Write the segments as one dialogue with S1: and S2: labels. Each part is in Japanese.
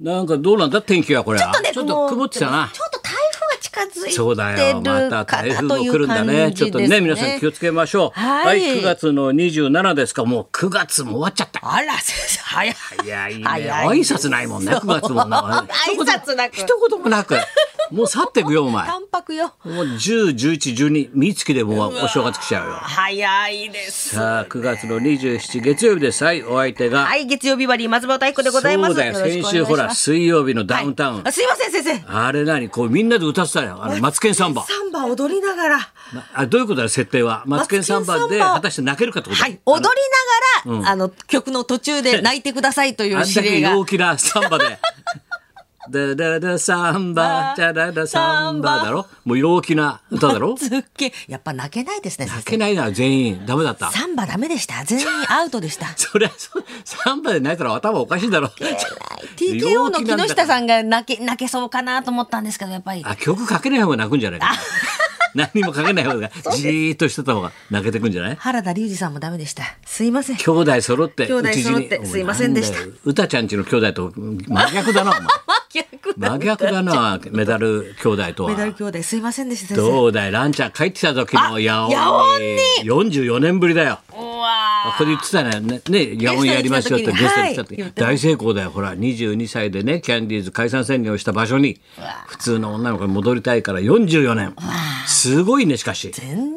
S1: なんかどうなんだ天気はこれは
S2: ちょっとね、
S1: ちょっと曇ってきたな
S2: ちょっと台風が近づいてるかなという感じですね。
S1: そうだよまた台風も来るんだねちょっとね皆さん気をつけましょう
S2: はい
S1: 9月の27ですかもう9月も終わっちゃった
S2: あら、先生、早い。
S1: いやいいね
S2: 早い
S1: 挨拶ないもんね
S2: そう
S1: 9月もな
S2: 挨拶なく
S1: 一言もなくもう去ってくよお前も
S2: 淡泊よ。
S1: う101112三月でもうお正月来ちゃうよ
S2: 早いです。
S1: さあ9月の27月曜日ですはいお相手が
S2: はい、月曜日割り、松本太鼓でございま
S1: そ
S2: す。
S1: うだよ
S2: ろしくお願い
S1: 先
S2: し
S1: 週ほら
S2: ます
S1: 水曜日のダウンタウン
S2: あすいません、先生。
S1: あれ何こうみんなで歌ってたよあのマツケンサンバ
S2: サンバ踊りながら。は
S1: あどういうことだ設定はマツケンサンバで
S2: マツケンサンバ
S1: 果たして泣けるかってこと
S2: い、踊りながら、あの、曲の途 中で泣いてくださいとい
S1: あ
S2: うん指
S1: だ
S2: 令
S1: け
S2: が。
S1: 陽気なサンバ でダダダサンバチャダダサンバだろもう陽気な歌だろ
S2: すっげえやっぱ泣けないですね、先
S1: 泣
S2: 生
S1: け。ないな全員ダメだった
S2: サンバダメでした。全員アウトでした。
S1: そりゃそうサンバで泣いたら頭おかしいだろ
S2: TKO の木下さ
S1: ん
S2: んが泣け泣けそうかなと思ったんですけどやっぱり
S1: あ曲かけない方が泣くんじゃないかな 何もかけない方がじーっとしてた方が泣けてくんじゃない
S2: 原田龍二さんもダメでしたすいません
S1: 兄弟揃って
S2: 兄弟揃って
S1: うちに
S2: すいませんでした
S1: お前なんだよ歌ちゃんちの兄弟と真逆だなお前
S2: 真逆
S1: 真逆だ なメダル兄弟と
S2: メダル
S1: は。
S2: 兄弟すいませんでした先生
S1: どうだいランちゃん帰ってきた時の
S2: あ
S1: ヤオン
S2: ヤオンに
S1: 44年ぶりだよ
S2: うわ
S1: ここで言ってたねねねヤオンやりましょうって
S2: ゲ
S1: ゲ
S2: ス
S1: ス
S2: ト
S1: トに来た時、
S2: に来た時にはい
S1: 大成功だよほら22歳でねキャンディーズ解散宣言をした場所に普通の女の子に戻りたいから44年すごいねしかし
S2: 全然もう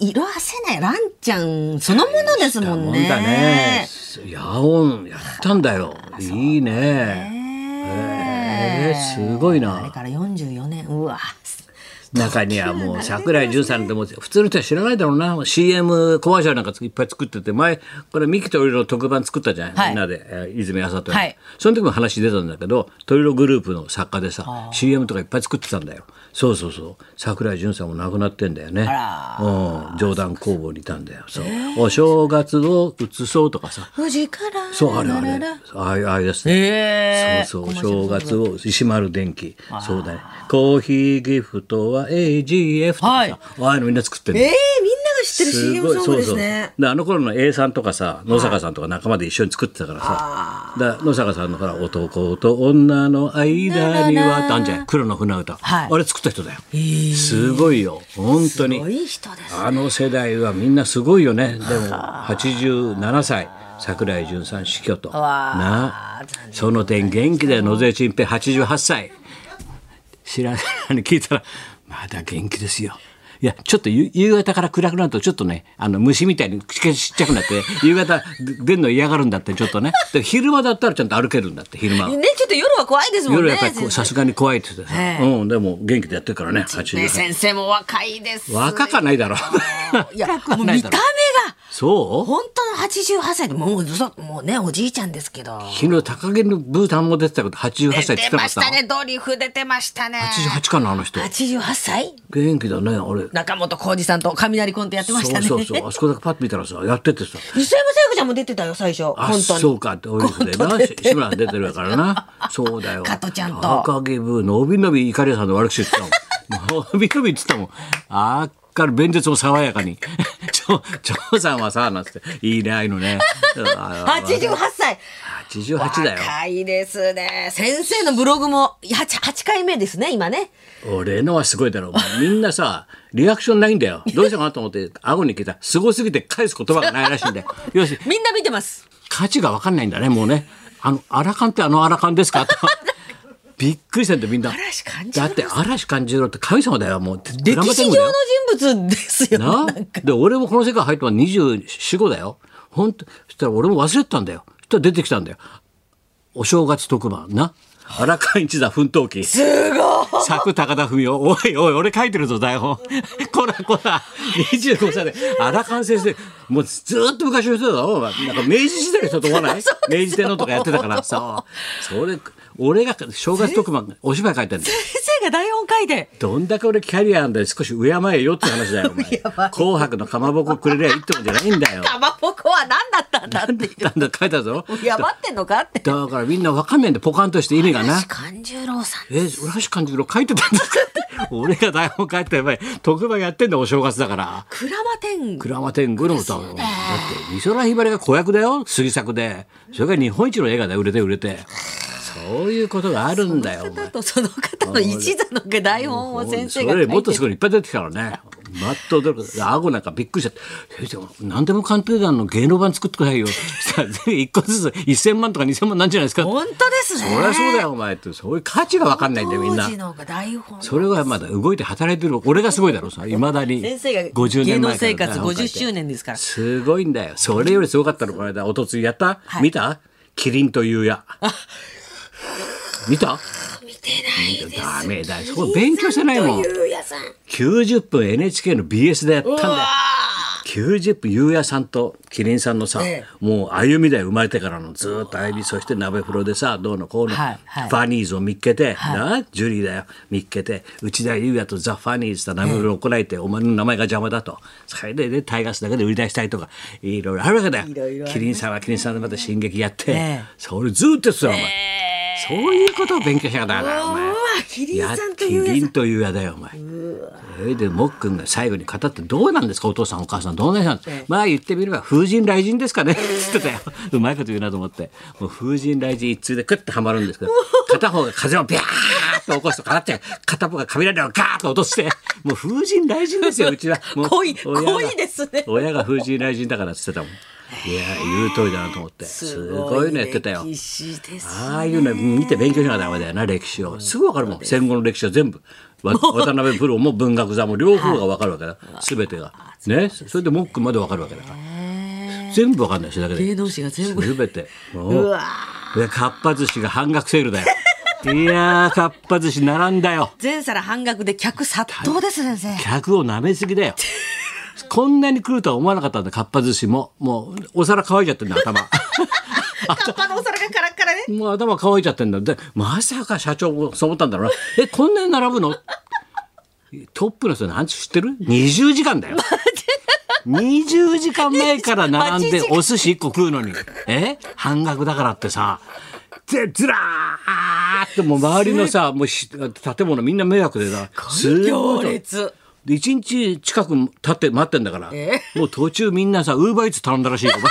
S2: 色褪せないランちゃんそのものですもんね
S1: だねヤオンやったんだよいいね
S2: ね
S1: えーすごいな
S2: あれから44年うわ
S1: 中にはもう桜井淳さんでも普通の人は知らないだろうな CM コマーシャルなんかいっぱい作ってて前これミキと俺の特番作ったじゃん、
S2: はい
S1: みんなでえー泉あさと、
S2: はい
S1: その時も話出たんだけどトリログループの作家でさ CM とかいっぱい作ってたんだよそうそうそう桜井淳さんも亡くなってんだよねうん、冗談工房にいたんだよそう、お正月を移そうとかさ
S2: 富士から
S1: そうあれあれ
S2: ラララ
S1: ああいうあれですね
S2: えー
S1: そうそう、お正月を石丸電機。そうだね。コーヒーギフトは AGF とかさ、
S2: はい
S1: ああいうのみんな作ってる
S2: えー、みんなが知ってる CM ソングですね
S1: であの頃の A さんとかさ野坂さんとか仲間で一緒に作ってたからさ、だ野坂さんのほら「男と女の間には」ってあんじゃん黒の船歌、
S2: はい
S1: あれ作った人だよ、すごいよ本当に
S2: すごい人です
S1: あの世代はみんなすごいよね。でも87歳桜井淳さん死去と。なあその点元気で野添陳平88歳。知らないに聞いたらまだ元気ですよ。いやちょっと夕夕方から暗くなるとちょっとねあの虫みたいに口がちっちゃくなって夕方出んの嫌がるんだってちょっとねで昼間だったらちゃんと歩けるんだって昼間は
S2: ねちょっと夜は怖いですもん
S1: 夜
S2: ね
S1: やっぱりこ
S2: 先
S1: う
S2: 生
S1: さすがに怖いって言ってさ、
S2: ええ
S1: うん、でも元気でやってるからね
S2: ね、
S1: 88
S2: 先生も若いです。
S1: 若かないだろ
S2: いや、
S1: 若
S2: も
S1: く
S2: う
S1: な
S2: 見
S1: い
S2: た
S1: だ
S2: 目
S1: ろ
S2: が、
S1: そう
S2: 本当の88歳で、もう、そもうね、おじいちゃんですけど。
S1: 昨日高木のブータンも出てたけど88歳って言
S2: 出
S1: ってなか
S2: ま
S1: っ
S2: したたね、ドリフ出てましたね。
S1: 88かなあの人
S2: 88歳
S1: 元気だねあれ
S2: 中本浩二さんと雷コントやってまし
S1: そ
S2: た
S1: う
S2: ね。
S1: そうそうあそこだけパッと見たらさやっててさ
S2: 磯山聖子ちゃんも出てたよ、最初。
S1: あ
S2: 本当に。
S1: そうかっておいで
S2: コント
S1: な
S2: 出
S1: して志村出てるから なそうだよ
S2: 加トちゃんと
S1: 高木ブーのびのび怒りさんの悪口言ってたもんのびのびって言ったもんあっから弁舌も爽やかに ちょ長さんはさなんつっていいねああいうのねあ
S2: 88歳。
S1: 88だよ
S2: 若いですね。先生のブログも8、8回目ですね、今ね。
S1: 俺のはすごいだろお前みんなさリアクションないんだよどうしたかなと思って顎に聞いたらすごすぎて返す言葉がないらしいんだよ要するに
S2: みんな見てます。
S1: 価値が分かんないんだねもうねあのアラカンってあのアラカンです かとびっくりしてんだよみんな
S2: 嵐感じ
S1: だって嵐勘十郎って神様だよもう歴
S2: 歴史上の人物ですよね。
S1: なで俺もこの世界入っても245だよ本当そしたら俺も忘れてたんだよそしたら出てきたんだよお正月特番な荒川一座奮闘記すごい作高田文夫おいおい俺書いてるぞ台本 こらこら25歳で荒川先生もうずーっと昔の人だろお前なんか明治時代の人と思わない 明治天皇とかやってたからさそれ俺が正月特番お芝居書いてんだよ
S2: 先生が台本書いて。
S1: どんだけ俺キャリアなんだよ少し敬えよって話だよお前 紅白のかまぼこくれりゃいいってもんじゃないんだよ
S2: かまぼこは何だったんだって。
S1: なんだ書いたぞ
S2: やばってんのかって。
S1: だからみんなわかんないんでポカンとして意味がな
S2: 勘十郎さん。
S1: え浦橋勘十郎書いてたんですかって 俺が台本書いてやばい特番やってんだお正月だから
S2: 鞍馬天狗。
S1: 鞍馬天狗の歌をだって美空ひばりが子役だよ杉作でそれから日本一の映画だよ売れて売れてそういうことがあるんだよ。お前
S2: 方とその方の一座の台本を先生が
S1: それよりもっとす
S2: 書
S1: ごいのい
S2: いて
S1: っぱい出てきたからね。マット驚く。顎なんかびっくりしちゃって。先生、何でも鑑定団の芸能版作ってくださいよ。 したら一個ずつ1000万とか2000万なんじゃないですか。
S2: 本当ですね
S1: そりゃそうだよ、お前って。そういう価値がわかんないんだよ、みんな
S2: 当時。の台本
S1: それはまだ動いて働いてる俺がすごいだろうさ、いまだに。
S2: 先生が
S1: 50
S2: 芸
S1: 年前
S2: 能
S1: から
S2: 生活50周
S1: 年。
S2: 年ですから
S1: すごいんだよ。それよりすごかったの、この間。おとついやった、
S2: はい
S1: 見たキリンというや。見た
S2: 見てないです
S1: ダメだよ。そこ勉強してないもん
S2: と。いうやさん
S1: 90分 NHK の BS でやったんだよ。90分、ゆうやさんとキリンさんのさ、
S2: ええ
S1: もう歩みだよ、生まれてからのずーっと歩み、そして鍋風呂でさ、どうのこうの、
S2: はいはい
S1: ファニーズを見っけて、
S2: は
S1: な、ジュリーだよ、見っけて、内田ゆうやとザ・ファニーズと鍋風呂を怒られて、お前の名前が邪魔だと、それで、ね、タイガースだけで売り出したいとか、いろいろあるわけだよ。
S2: いろいろあります
S1: キリンさんはキリンさんでまた進撃やって、
S2: ええ
S1: それずーっとやってたよ、お前。そういうことを勉強しなかったから、お前。
S2: キ
S1: い
S2: リン
S1: や
S2: さんと
S1: キ
S2: いうや
S1: リ
S2: さ
S1: ン
S2: ん
S1: というやだよお前それでもっくんが最後に語ってどうなんですかお父さんお母さんどうなんですか、
S2: ええ
S1: まあ言ってみれば風神雷神ですかね つってたようまいこと言うなと思ってもう風神雷神一通でクッとはまるんですけど片方が風をビャーッと起こすとかなって片方が雷をガーッと落としてもう風神雷神ですようちはもう
S2: 濃い
S1: 親が
S2: 濃いですね
S1: 親が風神雷神だからっつってたもんいや言う通りだなと思ってすごいのやってたよ
S2: 歴史です
S1: ああいうの見て勉強しなきゃダメだよな歴史をすぐ分かるもん戦後の歴史は全部わ渡辺プロも文学座も両方が分かるわけだ全てがねそれでモックまで分かるわけだから全部分かんないしだけ
S2: 芸
S1: で
S2: 能史が全部
S1: 全ても
S2: う
S1: う
S2: わー
S1: でかっぱ寿司が半額セールだよ いやーかっぱ寿司並んだよ
S2: 全皿半額で客殺到です先生
S1: 客を舐めすぎ だよこんなに来るとは思わなかったんだかっぱ寿司ももうお皿乾いちゃってんだ頭
S2: カッパのお皿がカラッカラね
S1: もう頭乾いちゃってんだでまさか社長もそう思ったんだろうなえこんなに並ぶのトップの人なんて知ってる20時間だよ20時間前から並んでお寿司1個食うのにえ半額だからってさでずらーってもう周りのさもうし建物みんな迷惑でさす
S2: 行
S1: ごいと
S2: 列
S1: で一日近く立って待ってんだから、
S2: え
S1: もう途中みんなさウーバーイーツ頼んだらしいよお前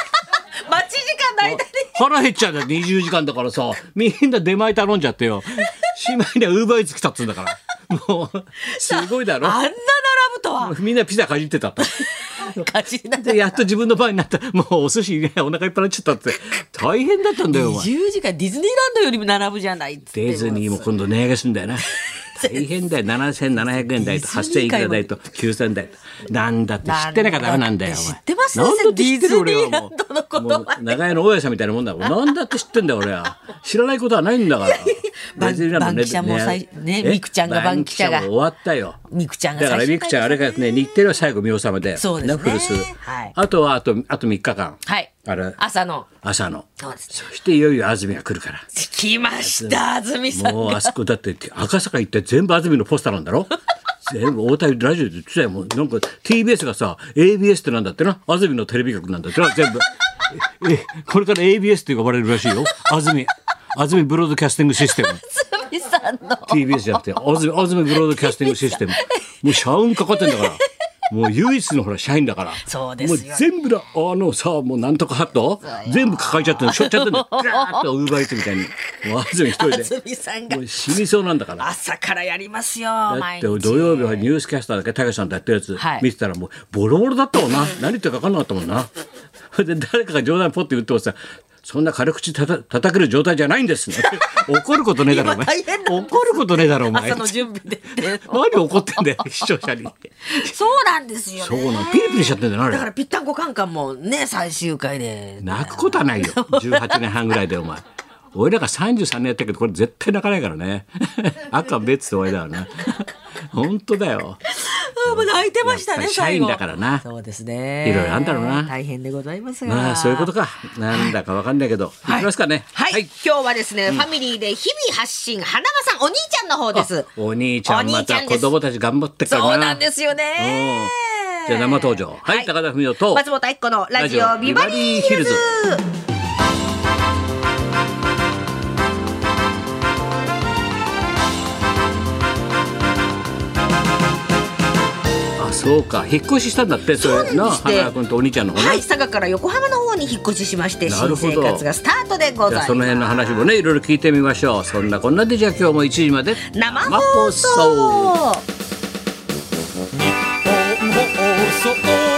S2: 待ち時間の間に
S1: 腹減っちゃうんだよ20時間だからさみんな出前頼んじゃってよしまいにはウーバーイーツ来たっつうんだからもうすごいだろ
S2: あんな並ぶ とは
S1: みんなピザかじってたって
S2: 勝ちになって
S1: でやっと自分の番になったもうお寿司ねお腹いっぱいになっちゃったって大変だったんだよお前
S2: 10時間ディズニーランドよりも並ぶじゃないっつって
S1: ディズニーも今度値上げするんだよ な大変だよ7700円台と8000いくら台 と9000円台となんだって知ってなきゃダメなんだよお前
S2: 知ってます
S1: なんだって知ってる俺
S2: ディ
S1: は
S2: ズニーラ
S1: も
S2: ンドのこ
S1: う
S2: と
S1: もう長屋の大家さんみたいなもんだろなんだって知ってんだよ俺 は知らないことはないんだから
S2: バ
S1: ディ
S2: ン
S1: ズニーランド
S2: バンキシャも最ね
S1: え
S2: ミクちゃんがバンキシャが
S1: バンも終わったよ
S2: ミクちゃんが
S1: だから
S2: 最初
S1: ミクちゃんあれからね日テレは最後見納めで
S2: そうですね
S1: 古巣
S2: はい
S1: あとはあとあと3日間
S2: はい
S1: あれ
S2: 朝の
S1: 朝の
S2: そうですね
S1: そしていよいよ安住が来るから
S2: 来ました安住さん
S1: もうあそこだって赤坂行って全部安住のポスターなんだろ全部大谷ラジオで言ってたよもうなんか TBS がさ ABS ってなんだってな安住のテレビ局なんだってな全部ええこれから ABS って呼ばれるらしいよ安住安住ブロードキャスティングシステム
S2: 安住さんの
S1: TBS じゃなくて安住安住ブロードキャスティングシステムもう社運かかってんだからもう唯一のほら社員だから
S2: そうですよ
S1: もう全部だあのさもうなんとかハット全部抱えちゃってるしょっちゃってんのガーッとウーバーイーツみたいにもう安住一人で
S2: 安住さんが
S1: もう死にそうなんだから。
S2: 朝からやりますよ
S1: だっ
S2: 毎
S1: て
S2: 日
S1: 土曜日はニュースキャスターだけ高橋さんとやってるやつ
S2: はい
S1: 見てたらもうボロボロだったもんな何言ってるか分かんなかったもんなそれで誰かが冗談ポッて言ってもさそんな軽口たた叩ける状態じゃないんですね 怒ることねえだろお前
S2: 今大変なんです
S1: 怒ることねえだろお前
S2: 朝の準備でって
S1: 何怒ってん だよ視聴者に
S2: そうなんですよ
S1: そうなん
S2: ね
S1: ピリピリしちゃってんだよなあ
S2: だか
S1: れ
S2: らぴったんこカンカンもね最終回で
S1: 泣くことは ないよ18年半ぐらいでお前俺らが33年やったけどこれ絶対泣かないからね 赤別って終わりだよ な本当だよ
S2: あもう泣いてました
S1: やっぱ
S2: ね
S1: り社
S2: 最
S1: 員
S2: 後
S1: だからな
S2: そうですね
S1: いろいろあんだろうな
S2: 大変でございますが
S1: まあそういうことか。なんだかわかんないけど、い、きますかね。
S2: はい、今日はですね、ファミリーで日々発信花間さんお兄ちゃんの方です
S1: お兄ちゃ
S2: お
S1: ん
S2: 兄
S1: ま
S2: ちゃ
S1: た
S2: んで
S1: 子
S2: す
S1: 供たち頑張ってっからな。
S2: そうなんですよね
S1: うんじゃあ生登場。はい、高田文夫と。
S2: 松本明子のラジオビバリーヒルズ
S1: ビあそうか引っ越ししたんだってそれ
S2: そうなんですって
S1: 花田君とお兄ちゃんの方ね、
S2: はい、佐賀から横浜の方に引っ越ししまして
S1: なる
S2: 新
S1: ほど
S2: 生活がスタートでござい
S1: じゃ
S2: ま
S1: あ
S2: す
S1: その辺の話もねいろいろ聞いてみましょうそんなこんなでじゃあ今日も1時まで
S2: 生放送
S1: 生放送
S3: 放送